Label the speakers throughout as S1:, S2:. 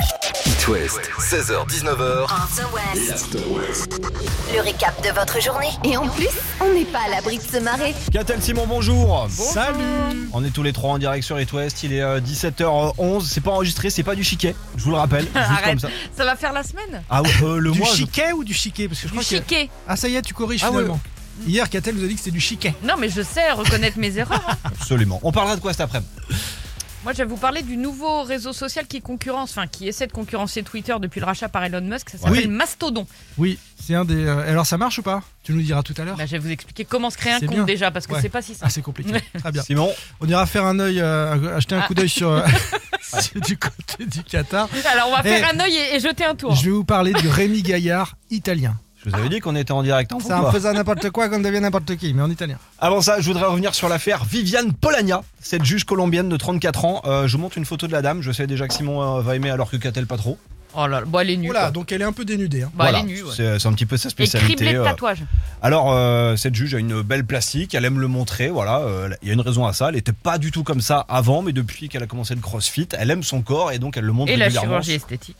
S1: It West, 16h-19h,
S2: After West.
S1: l'After West.
S2: Le récap de votre journée. Et en plus, on n'est pas à l'abri de se marrer.
S3: Catel Simon, bonjour. Salut. On est tous les trois en direct sur It West. Il est euh, 17h11. C'est pas enregistré, c'est pas du chiquet. Je vous le rappelle. Juste comme
S4: Arrête,
S3: ça.
S4: ça. va faire la semaine
S3: Ah, ouais, euh, le
S5: Du
S3: mois. je-
S5: chiquet ou du chiquet Parce que je
S4: Du
S5: crois que.
S4: chiquet.
S5: Ah, Mm. ça y est, tu corriges
S3: Ah ouais.
S5: finalement. Hier, Catel nous a dit que c'était du chiquet.
S4: Non mais je sais reconnaître mes erreurs. hein.
S3: Absolument. On parlera de quoi cet après-midi
S4: Moi je vais vous parler du nouveau réseau social qui concurrence, enfin qui essaie de concurrencer Twitter depuis le rachat par Elon Musk, ça s'appelle
S5: Oui.
S4: Mastodon.
S5: Oui, c'est un des. euh, Alors, ça marche ou pas Tu nous le diras tout à l'heure.
S4: Bah, je vais vous expliquer comment se créer un
S5: C'est
S4: compte
S5: bien.
S4: déjà parce que
S5: Ouais.
S4: c'est pas si
S5: Ah,
S4: simple.
S5: c'est compliqué. Très bien.
S3: Simon,
S5: On ira faire un œil, euh, acheter un coup d'œil sur. euh, sur du côté du Qatar.
S4: Alors on va faire
S5: Eh.
S4: un œil et, et jeter un tour.
S5: Je vais vous parler de Rémi Gaillard, italien.
S3: je vous
S4: Ah.
S3: avais dit qu'on était en direct. hein,
S5: C'est un
S3: pourquoi
S5: peu ça n'importe quoi qu'on devient n'importe qui, mais en italien.
S3: Avant ça, je voudrais revenir sur l'affaire Viviane Polagna, cette juge colombienne de 34 ans. Euh, je vous montre une photo de la dame. Je sais déjà que Simon euh, va aimer alors que Catel pas trop.
S4: Oh là là, bon elle est nue.
S5: Voilà,
S4: quoi.
S5: donc elle est un peu dénudée. hein.
S4: Bah,
S3: Voilà.
S4: elle est nue. ouais.
S3: C'est c'est un petit peu sa
S4: Et
S3: spécialité.
S5: E,
S4: criblée de
S3: euh,
S4: tatouages.
S3: Alors, euh, cette juge a une belle plastique, elle aime le montrer, voilà, euh, il y a une raison à ça. Elle n'était pas du tout comme ça avant, mais depuis qu'elle a commencé le crossfit, elle aime son corps et donc elle le montre
S4: Et la
S3: régulièrement.
S4: chirurgie esthétique.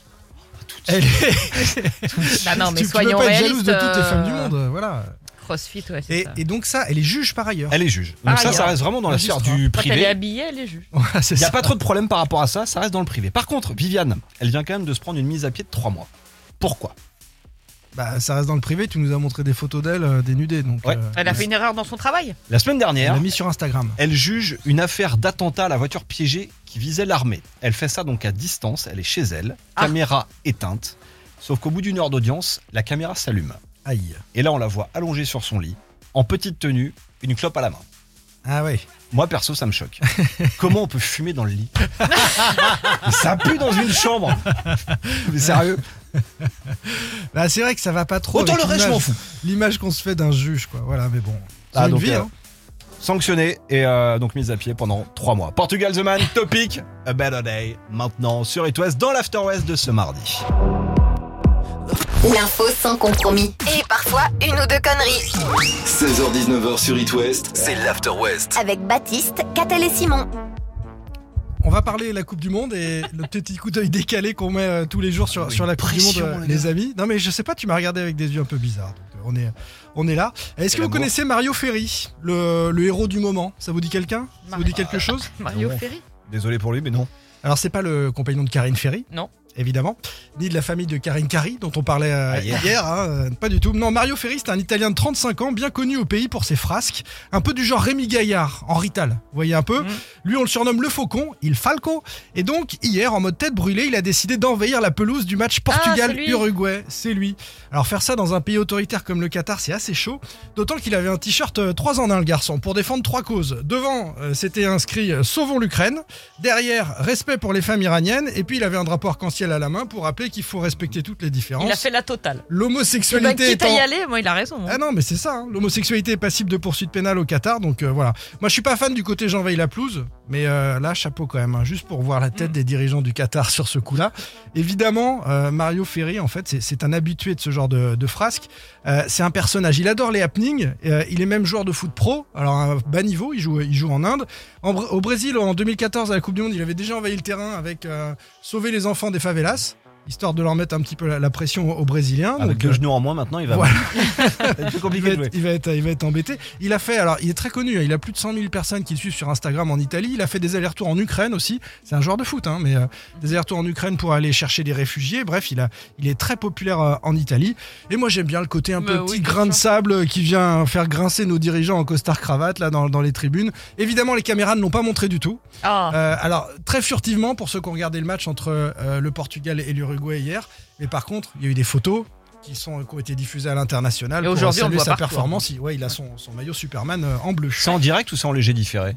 S5: Elle est...
S4: Bah non mais
S5: tu peux
S4: soyons
S5: pas être
S4: réalistes.
S5: jalouse de toutes les
S4: euh,
S5: femmes du monde, voilà.
S4: Crossfit ouais. c'est
S5: Et,
S4: ça.
S5: et donc ça, elle est juge par ailleurs.
S3: Elle est juge.
S4: Par
S3: donc ça, ça
S4: ailleurs.
S3: reste vraiment dans la sphère
S5: Magistrat.
S3: du
S4: Quand elle est
S3: privé.
S4: habillée, elle est juge.
S5: Voilà, c'est
S3: Il n'y a
S5: ça.
S3: pas trop de problème par rapport à ça, ça reste dans le privé. Par contre, Viviane, elle vient quand même de se prendre une mise à pied de 3 mois. Pourquoi
S5: Bah, ça reste dans le privé, tu nous as montré des photos d'elle euh, dénudée. Donc,
S3: Ouais.
S5: euh,
S4: Elle a fait une erreur dans son travail.
S3: La semaine
S5: elle
S3: dernière,
S5: l'a mis sur Instagram.
S3: Elle juge une affaire d'attentat à la voiture piégée qui visait l'armée. Elle fait ça donc à distance, elle est chez elle,
S4: Ah.
S3: caméra éteinte. Sauf qu'au bout d'une heure d'audience, la caméra s'allume.
S5: Aïe.
S3: Et là, on la voit allongée sur son lit, en petite tenue, une clope à la main.
S5: Ah ouais.
S3: Moi, perso, ça me choque. Comment on peut fumer dans le lit Mais Ça pue dans une chambre Mais sérieux
S5: Bah, c'est vrai que ça va pas trop.
S3: Autant
S5: avec
S3: le reste, je
S5: l'image-
S3: m'en fous.
S5: L'image qu'on se fait d'un juge, quoi. Voilà, mais bon. C'est
S3: Ah,
S5: une
S3: donc,
S5: vie,
S3: euh,
S5: hein.
S3: Sanctionné et euh, donc mise à pied pendant trois mois. Portugal The Man, topic, A Better Day, maintenant sur It West, dans l'After West de ce mardi.
S2: L'info sans compromis. Et parfois, une ou deux conneries.
S1: 16h-19h sur It West, c'est l'After West.
S2: Avec Baptiste, Catel et Simon.
S5: On va parler de la Coupe du Monde et le petit coup d'œil décalé qu'on met euh, tous les jours sur,
S3: Ah oui,
S5: sur la Coupe du Monde,
S3: pression,
S5: euh,
S3: les
S5: les amis. Non, mais je sais pas, tu m'as regardé avec des yeux un peu bizarres. donc, euh, on, est, on est là. Est-ce que vous
S3: l'amour.
S5: connaissez Mario Ferry, le, le héros du moment Ça vous dit quelqu'un Ça vous
S4: Mario-
S5: dit quelque chose
S4: Mario
S3: Ouais.
S4: Ferry.
S3: Désolé pour lui, mais non.
S5: Alors, c'est pas le compagnon de Karine Ferry.
S4: Non.
S5: Évidemment. Ni de la famille de Karine Cari, dont on parlait euh,
S3: Ah, hier.
S5: hier. hein, euh, pas du tout. Non, Mario Ferri, c'est un Italien de 35 ans, bien connu au pays pour ses frasques. Un peu du genre Rémi Gaillard, en rital. Vous voyez un peu
S4: Mm.
S5: Lui, on le surnomme le Faucon, il Falco. Et donc, hier, en mode tête brûlée, il a décidé d'envahir la pelouse du match
S4: Ah,
S5: Portugal-Uruguay. c'est lui. Alors, faire ça dans un pays autoritaire comme le Qatar, c'est assez chaud. D'autant qu'il avait un t-shirt euh, 3 en 1, hein, le garçon, pour défendre trois causes. Devant, euh, c'était inscrit euh, Sauvons l'Ukraine. Derrière, respect pour les femmes iraniennes. Et puis, il avait un drapeau arc-en-ciel à la main pour rappeler qu'il faut respecter toutes les différences.
S4: Il a fait la totale. Eh ben,
S5: L'homosexualité
S4: quitte à
S5: étant...
S4: y aller, moi il a raison. hein.
S5: Ah non, mais c'est ça. hein. L'homosexualité est passible de poursuite pénale au Qatar. Donc euh, voilà. Moi, je suis pas fan du côté j'envahis la pelouse. Mais euh, là, chapeau quand même. hein, juste pour voir la tête
S4: Mm.
S5: des dirigeants du Qatar sur ce coup-là. Évidemment, euh, Mario Ferry, en fait, c'est- c'est un habitué de ce genre de, de frasques. Euh, c'est un personnage. Il adore les happenings. Euh, il est même joueur de foot pro. Alors, à un bas niveau. Il joue, il joue en Inde. En Br- au Brésil, en 2014, à la Coupe du Monde, il avait déjà envahi le terrain avec euh, Sauver les enfants des favelas. Histoire de leur mettre un petit peu la, la pression aux Brésiliens.
S3: Avec
S5: Donc,
S3: deux
S5: euh,
S3: genoux en moins maintenant, il va.
S5: Voilà.
S3: C'est plus
S5: il
S3: compliqué
S5: va,
S3: de
S5: être,
S3: jouer.
S5: il va être- il va être embêté. Il a fait, alors il est très connu, hein, il a plus de 100 000 personnes qui le suivent sur Instagram en Italie, il a fait des allers-retours en Ukraine aussi, c'est un joueur de foot, hein, mais euh, des allers-retours en Ukraine pour aller chercher des réfugiés, bref, il, a, il est très populaire euh, en Italie. Et moi j'aime bien le côté un peu
S4: Bah oui,
S5: petit
S4: bien
S5: grain de
S4: sûr.
S5: sable euh, qui vient faire grincer nos dirigeants en costard-cravate là dans, dans les tribunes. Évidemment les caméras ne l'ont pas montré du tout.
S4: Ah.
S5: Euh, alors très furtivement pour ceux qui ont regardé le match entre euh, le Portugal et l'Uruguay hier, mais par contre il y a eu des photos qui, sont, qui ont été diffusées à l'international
S4: Et
S5: pour
S4: aujourd'hui, on le
S5: saluer
S4: voit
S5: sa
S4: partout, hein.
S5: performance. Il, ouais, il a son, son maillot Superman euh, en bleu.
S3: C'est en direct ou c'est en léger différé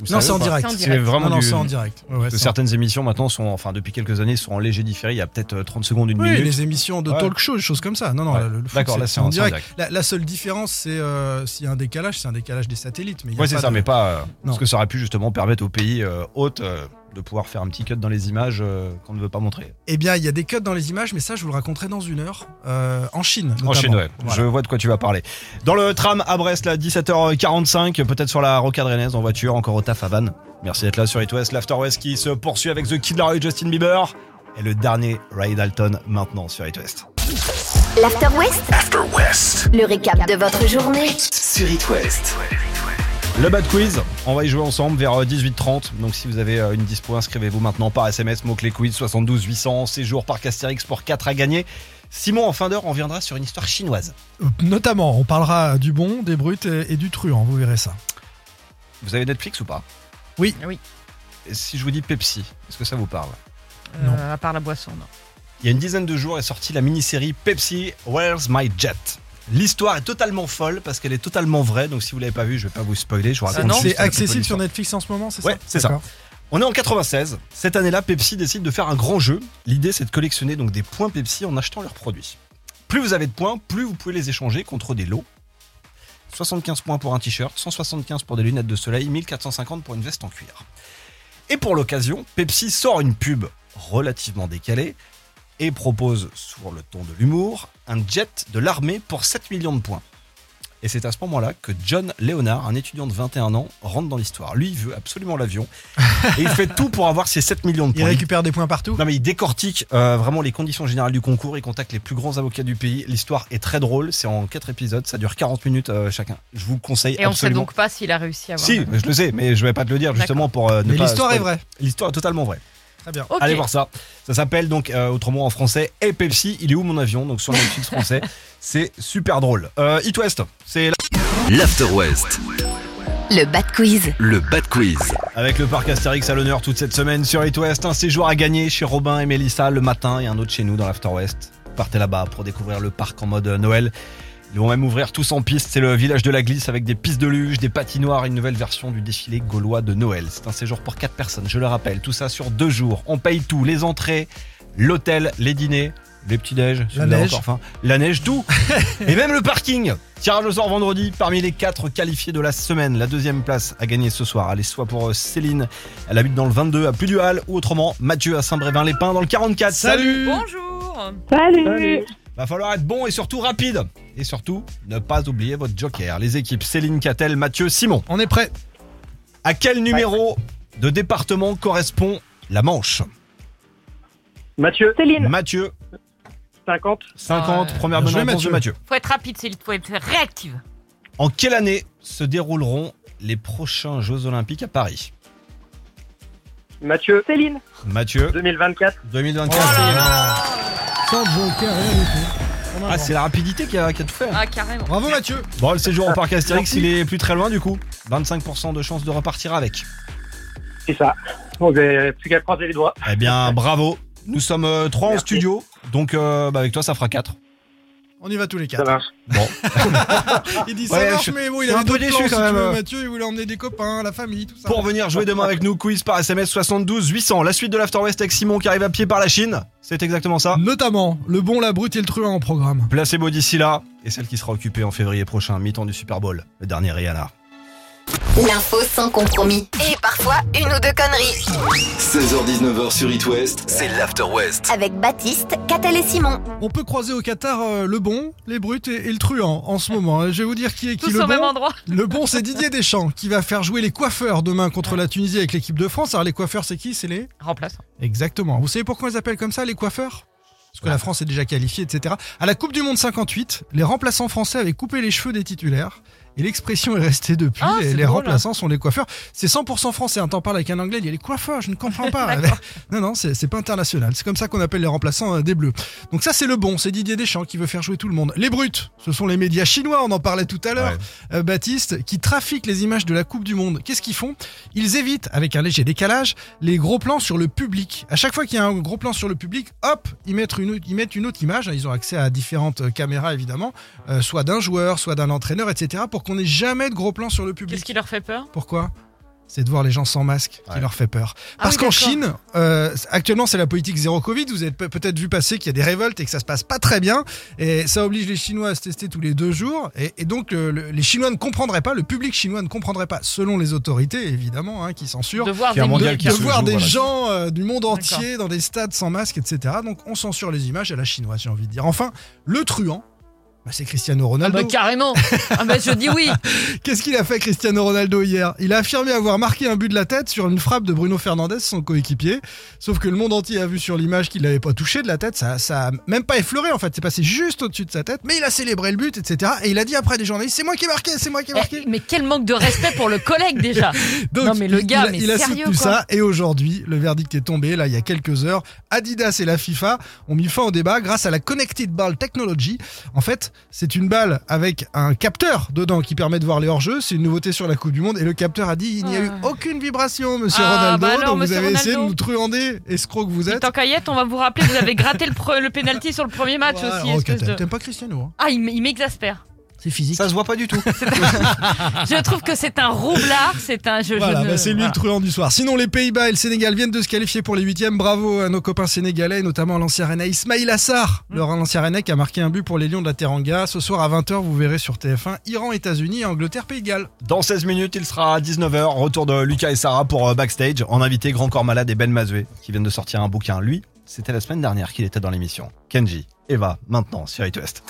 S3: Vous
S5: Non,
S3: savez
S5: c'est
S3: ou
S5: en
S3: pas
S5: direct.
S4: C'est en
S3: C'est
S4: direct.
S3: vraiment
S5: Non, non,
S3: du-
S5: c'est en direct. Ouais, ouais,
S3: parce que
S5: c'est en-
S3: certaines émissions maintenant sont, enfin depuis quelques années, sont en léger différé. Il y a peut-être euh, 30 secondes, une
S5: Oui,
S3: minute.
S5: les émissions de
S3: Ouais.
S5: talk show, des choses comme ça. Non, non,
S3: Ouais.
S5: le- le foot,
S3: D'accord, là c'est en, c'est en direct.
S5: La, la seule différence, c'est euh, s'il y a un décalage, c'est un décalage des satellites. Mais il y a
S3: Ouais, c'est
S5: pas
S3: ça,
S5: de-
S3: mais pas. euh, parce
S5: Non.
S3: que ça aurait pu justement permettre aux pays euh, hôtes euh, de pouvoir faire un petit cut dans les images euh, qu'on ne veut pas montrer.
S5: Eh bien, il y a des cuts dans les images, mais ça, je vous le raconterai dans une heure. euh, en Chine.
S3: En
S5: notamment.
S3: Chine, ouais.
S5: Voilà.
S3: Je vois de quoi tu vas parler. Dans le tram à Brest, là, 17h45, peut-être sur la rocade rennaise en voiture, encore au taf à Vannes. Merci d'être là sur It West, l'After West qui se poursuit avec The Kid Laroi et Justin Bieber. et le dernier Ray Dalton maintenant sur It West.
S2: L'After West,
S1: After West.
S2: le récap de votre journée.
S1: Sur It West.
S3: Le bad quiz, on va y jouer ensemble vers euh, 18h30. Donc si vous avez euh, une dispo, inscrivez-vous maintenant par SMS, mot-clé quiz 72 800, séjour par Castérix pour 4 à gagner. Simon, en fin d'heure, on viendra sur une histoire chinoise.
S5: Euh, Notamment, on parlera du bon, des brutes et, et du truand, vous verrez ça.
S3: Vous avez Netflix ou pas
S5: Oui.
S4: Ah Oui.
S3: Et Si je vous dis Pepsi, est-ce que ça vous parle
S4: Euh, à part la boisson, non.
S3: Il y a une dizaine de jours est sortie la mini-série Pepsi Where's My Jet. L'histoire est totalement folle parce qu'elle est totalement vraie. Donc si vous l'avez pas vue, je vais pas vous spoiler. Je vous raconte
S4: non.
S3: juste un
S5: Ah C'est
S3: petit peu
S5: accessible
S3: l'histoire.
S5: sur Netflix en ce moment, c'est ça
S3: Ouais, c'est ça.
S5: D'accord.
S3: On est en 96. Cette année-là, Pepsi décide de faire un grand jeu. L'idée, c'est de collectionner donc des points Pepsi en achetant leurs produits. Plus vous avez de points, plus vous pouvez les échanger contre des lots. 75 points pour un t-shirt, 175 pour des lunettes de soleil, 1450 pour une veste en cuir. Et pour l'occasion, Pepsi sort une pub relativement décalée et propose, sur le ton de l'humour, un jet de l'armée pour 7 millions de points. Et c'est à ce moment-là que John Leonard, un étudiant de 21 ans, rentre dans l'histoire. Lui, il veut absolument l'avion. Et il fait tout pour avoir ses 7 millions de
S5: Il
S3: points. Il-
S5: récupère des points partout.
S3: Non mais il décortique euh, vraiment les conditions générales du concours, il contacte les plus grands avocats du pays. L'histoire est très drôle, c'est en 4 épisodes, ça dure 40 minutes euh, chacun. Je vous conseille
S4: Et on sait
S3: absolument.
S4: donc pas s'il a réussi à avoir.
S3: si, je le sais, mais je vais pas te le dire justement pour euh, ne
S5: Mais
S3: pas
S5: l'histoire est
S3: spoiler.
S5: vraie.
S3: L'histoire est totalement vraie.
S5: Très bien.
S4: Ok.
S3: Allez voir ça. Ça s'appelle donc euh, autrement en français Et Pepsi, il est où mon avion Donc sur Netflix français. C'est super drôle. Euh, It West, c'est là.
S1: L'After West.
S2: Le Bad Quiz.
S1: Le Bad Quiz.
S3: Avec le parc Astérix à l'honneur toute cette semaine sur It West, un séjour à gagner chez Robin et Mélissa le matin et un autre chez nous dans l'After West. Partez là-bas pour découvrir le parc en mode euh, Noël. Ils vont même ouvrir tous en piste. C'est le village de la glisse avec des pistes de luge, des patinoires, une nouvelle version du défilé gaulois de Noël. C'est un séjour pour quatre personnes, je le rappelle. Tout ça sur deux jours. On paye tout, les entrées, l'hôtel, les dîners, les petits-déj, si
S5: La
S3: vous avez
S5: neige.
S3: encore faim. la neige, tout. et même le parking. Tirage au sort vendredi parmi les quatre qualifiés de la semaine. La deuxième place à gagner ce soir. Allez, soit pour euh, Céline, elle habite dans le 22 à Plus-du-Hall, ou autrement Mathieu à Saint-Brévin-les-Pins dans le 44.
S5: Mm.
S4: Bonjour
S6: Salut.
S3: Va falloir être bon et surtout rapide. Et surtout, ne pas oublier votre joker. Les équipes Céline Catel, Mathieu, Simon.
S5: On est prêt.
S3: À quel numéro de département correspond la Manche
S7: Mathieu,
S6: Céline,
S3: Mathieu,
S7: 50.
S3: 50,
S4: Ah,
S3: première
S5: bien
S3: bonne
S5: joué,
S3: réponse
S5: Mathieu.
S3: de Mathieu.
S4: Faut être rapide, Céline, faut être réactive.
S3: En quelle année se dérouleront les prochains Jeux Olympiques à Paris
S7: Mathieu,
S6: Céline,
S3: Mathieu,
S7: 2024.
S3: 2024.
S5: Sans joker, rien du tout. On avance.
S3: ah, c'est la rapidité qui a, qui a tout fait. hein.
S4: Ah, carrément.
S5: Bravo Mathieu.
S3: Bon, le séjour au parc Astérix, il est plus très loin du coup. 25% de chance de repartir avec.
S7: C'est ça. Bon, ben, plus qu'à croiser les doigts.
S3: Eh bien, bravo. Nous sommes euh, trois en
S7: Merci.
S3: studio, donc euh, bah, avec toi, ça fera 4.
S5: On y va tous les quatre.
S7: Ça marche.
S5: Il dit
S3: Ouais,
S5: ça marche,
S3: je-
S5: mais bon, il
S3: je suis un
S5: avait
S3: peu
S5: d'autres
S3: déçu
S5: plans, si
S3: quand
S5: tu
S3: même.
S5: veux, Mathieu, il voulait emmener des copains, la famille, tout ça.
S3: Pour venir jouer demain avec nous, quiz par SMS 72 800. La suite de l'After West avec Simon qui arrive à pied par la Chine. C'est exactement ça.
S5: Notamment, le bon, la brute et le truand en programme.
S3: Placebo d'ici là. Et celle qui sera occupée en février prochain, mi-temps du Super Bowl. Le dernier Rihanna.
S2: L'info sans compromis. Et parfois, une ou deux conneries.
S1: 16h-19h sur It West, c'est l'After West.
S2: Avec Baptiste, Catel et Simon.
S5: On peut croiser au Qatar euh, le bon, les brutes et, et le truand en ce moment. hein. Je vais vous dire qui est qui
S4: Tous
S5: le
S4: au
S5: bon.
S4: même endroit.
S5: Le bon, c'est Didier Deschamps qui va faire jouer les coiffeurs demain contre la Tunisie avec l'équipe de France. Alors les coiffeurs, c'est qui C'est les
S4: Remplace. hein.
S5: Exactement. Vous savez pourquoi ils appellent comme ça les coiffeurs Parce que la France est déjà qualifiée, etc. À la Coupe du Monde 58, les remplaçants français avaient coupé les cheveux des titulaires. Et l'expression est restée depuis.
S4: Ah,
S5: les
S4: c'est
S5: les
S4: drôle.
S5: remplaçants sont les coiffeurs. C'est 100% français. Un temps parle avec un anglais, il y a les coiffeurs, je ne comprends pas. non, non, c'est c'est pas international. C'est comme ça qu'on appelle les remplaçants euh, des Bleus. Donc ça, c'est le bon. C'est Didier Deschamps qui veut faire jouer tout le monde. Les brutes, ce sont les médias chinois, on en parlait tout à l'heure. Euh, Baptiste, qui trafiquent les images de la Coupe du Monde. Qu'est-ce qu'ils font Ils évitent, avec un léger décalage, les gros plans sur le public. À chaque fois qu'il y a un gros plan sur le public, hop, ils mettent une, autre- ils mettent une autre image. hein. Ils ont accès à différentes euh, caméras, évidemment, euh, soit d'un joueur, soit d'un entraîneur, etc., pour qu'on n'ait jamais de gros plans sur le public.
S4: Qu'est-ce qui leur fait peur
S5: Pourquoi c'est de voir les gens sans masque qui
S3: Ouais.
S5: leur fait peur.
S4: Ah
S5: Parce
S4: oui,
S5: qu'en
S4: d'accord.
S5: Chine, euh, actuellement, c'est la politique zéro Covid. Vous avez pe- peut-être vu passer qu'il y a des révoltes et que ça se passe pas très bien. Et ça oblige les Chinois à se tester tous les deux jours. Et, et donc, euh, le- les Chinois ne comprendraient pas, le public chinois ne comprendrait pas, selon les autorités, évidemment, hein, qui censurent,
S4: De Ah, voir
S3: Qu'il y a
S4: des
S3: un mondial
S4: nuls.
S3: qui
S5: de
S3: se
S5: voir
S3: joue,
S5: des
S3: voilà.
S5: gens euh, du monde
S4: D'accord.
S5: entier dans des stades sans masque, etc. Donc, on censure les images à la chinoise, j'ai envie de dire. Enfin, le truand, Bah, c'est Cristiano
S4: Ah
S5: Ronaldo.
S4: bah carrément. Ah bah je dis oui.
S5: Qu'est-ce qu'il a fait Cristiano Ronaldo hier Il a affirmé avoir marqué un but de la tête sur une frappe de Bruno Fernandez, son coéquipier. Sauf que le monde entier a vu sur l'image qu'il l'avait pas touché de la tête. Ça, ça a même pas effleuré en fait. C'est passé juste au-dessus de sa tête. Mais il a célébré le but, etc. Et il a dit après des journalistes C'est moi qui ai marqué, c'est moi qui ai marqué.
S4: Eh, mais quel manque de respect pour le collègue déjà.
S5: Donc,
S4: Non, mais le
S5: il-
S4: gars,
S5: il, a-
S4: mais
S5: il a
S4: sérieux,
S5: soutenu
S4: quoi.
S5: ça et aujourd'hui, le verdict est tombé. Là, il y a quelques heures, Adidas et la FIFA ont mis fin au débat grâce à la Connected Ball Technology. En fait, c'est une balle avec un capteur dedans qui permet de voir les hors-jeux. C'est une nouveauté sur la Coupe du Monde et le capteur a dit il n'y a eu
S4: Ah.
S5: aucune vibration, Monsieur
S4: Ah,
S5: Ronaldo.
S4: bah alors,
S5: donc
S4: monsieur
S5: vous avez essayé de
S4: Ronaldo.
S5: nous truander, escroc que vous êtes.
S4: Tant qu'à y être, on va vous rappeler, vous avez gratté le, pre- le penalty sur le premier match
S5: Voilà.
S4: aussi.
S5: Oh,
S4: espèce
S5: Katel,
S4: de-
S5: T'aimes pas Cristiano hein
S4: Ah, il m- il m'exaspère.
S5: C'est physique.
S3: Ça se voit pas du tout.
S4: Je trouve que c'est un roublard, c'est un jeu.
S5: Voilà, bah, c'est lui le truand du soir. Sinon, les Pays-Bas et le Sénégal viennent de se qualifier pour les huitièmes. Bravo à nos copains sénégalais, notamment à l'ancien Rennais Ismail Assar. Leur ancien Rennais qui a marqué un but pour les Lions de la Teranga. Ce soir à 20h, vous verrez sur TF1 Iran, États-Unis et Angleterre, Pays de Galles.
S3: Dans 16 minutes, il sera à 19h. Retour de Lucas et Sarah pour euh, Backstage. En invité, Grand Corps Malade et Ben Mazoué, qui viennent de sortir un bouquin. Lui, c'était la semaine dernière qu'il était dans l'émission. Kenji, Eva, maintenant sur It West.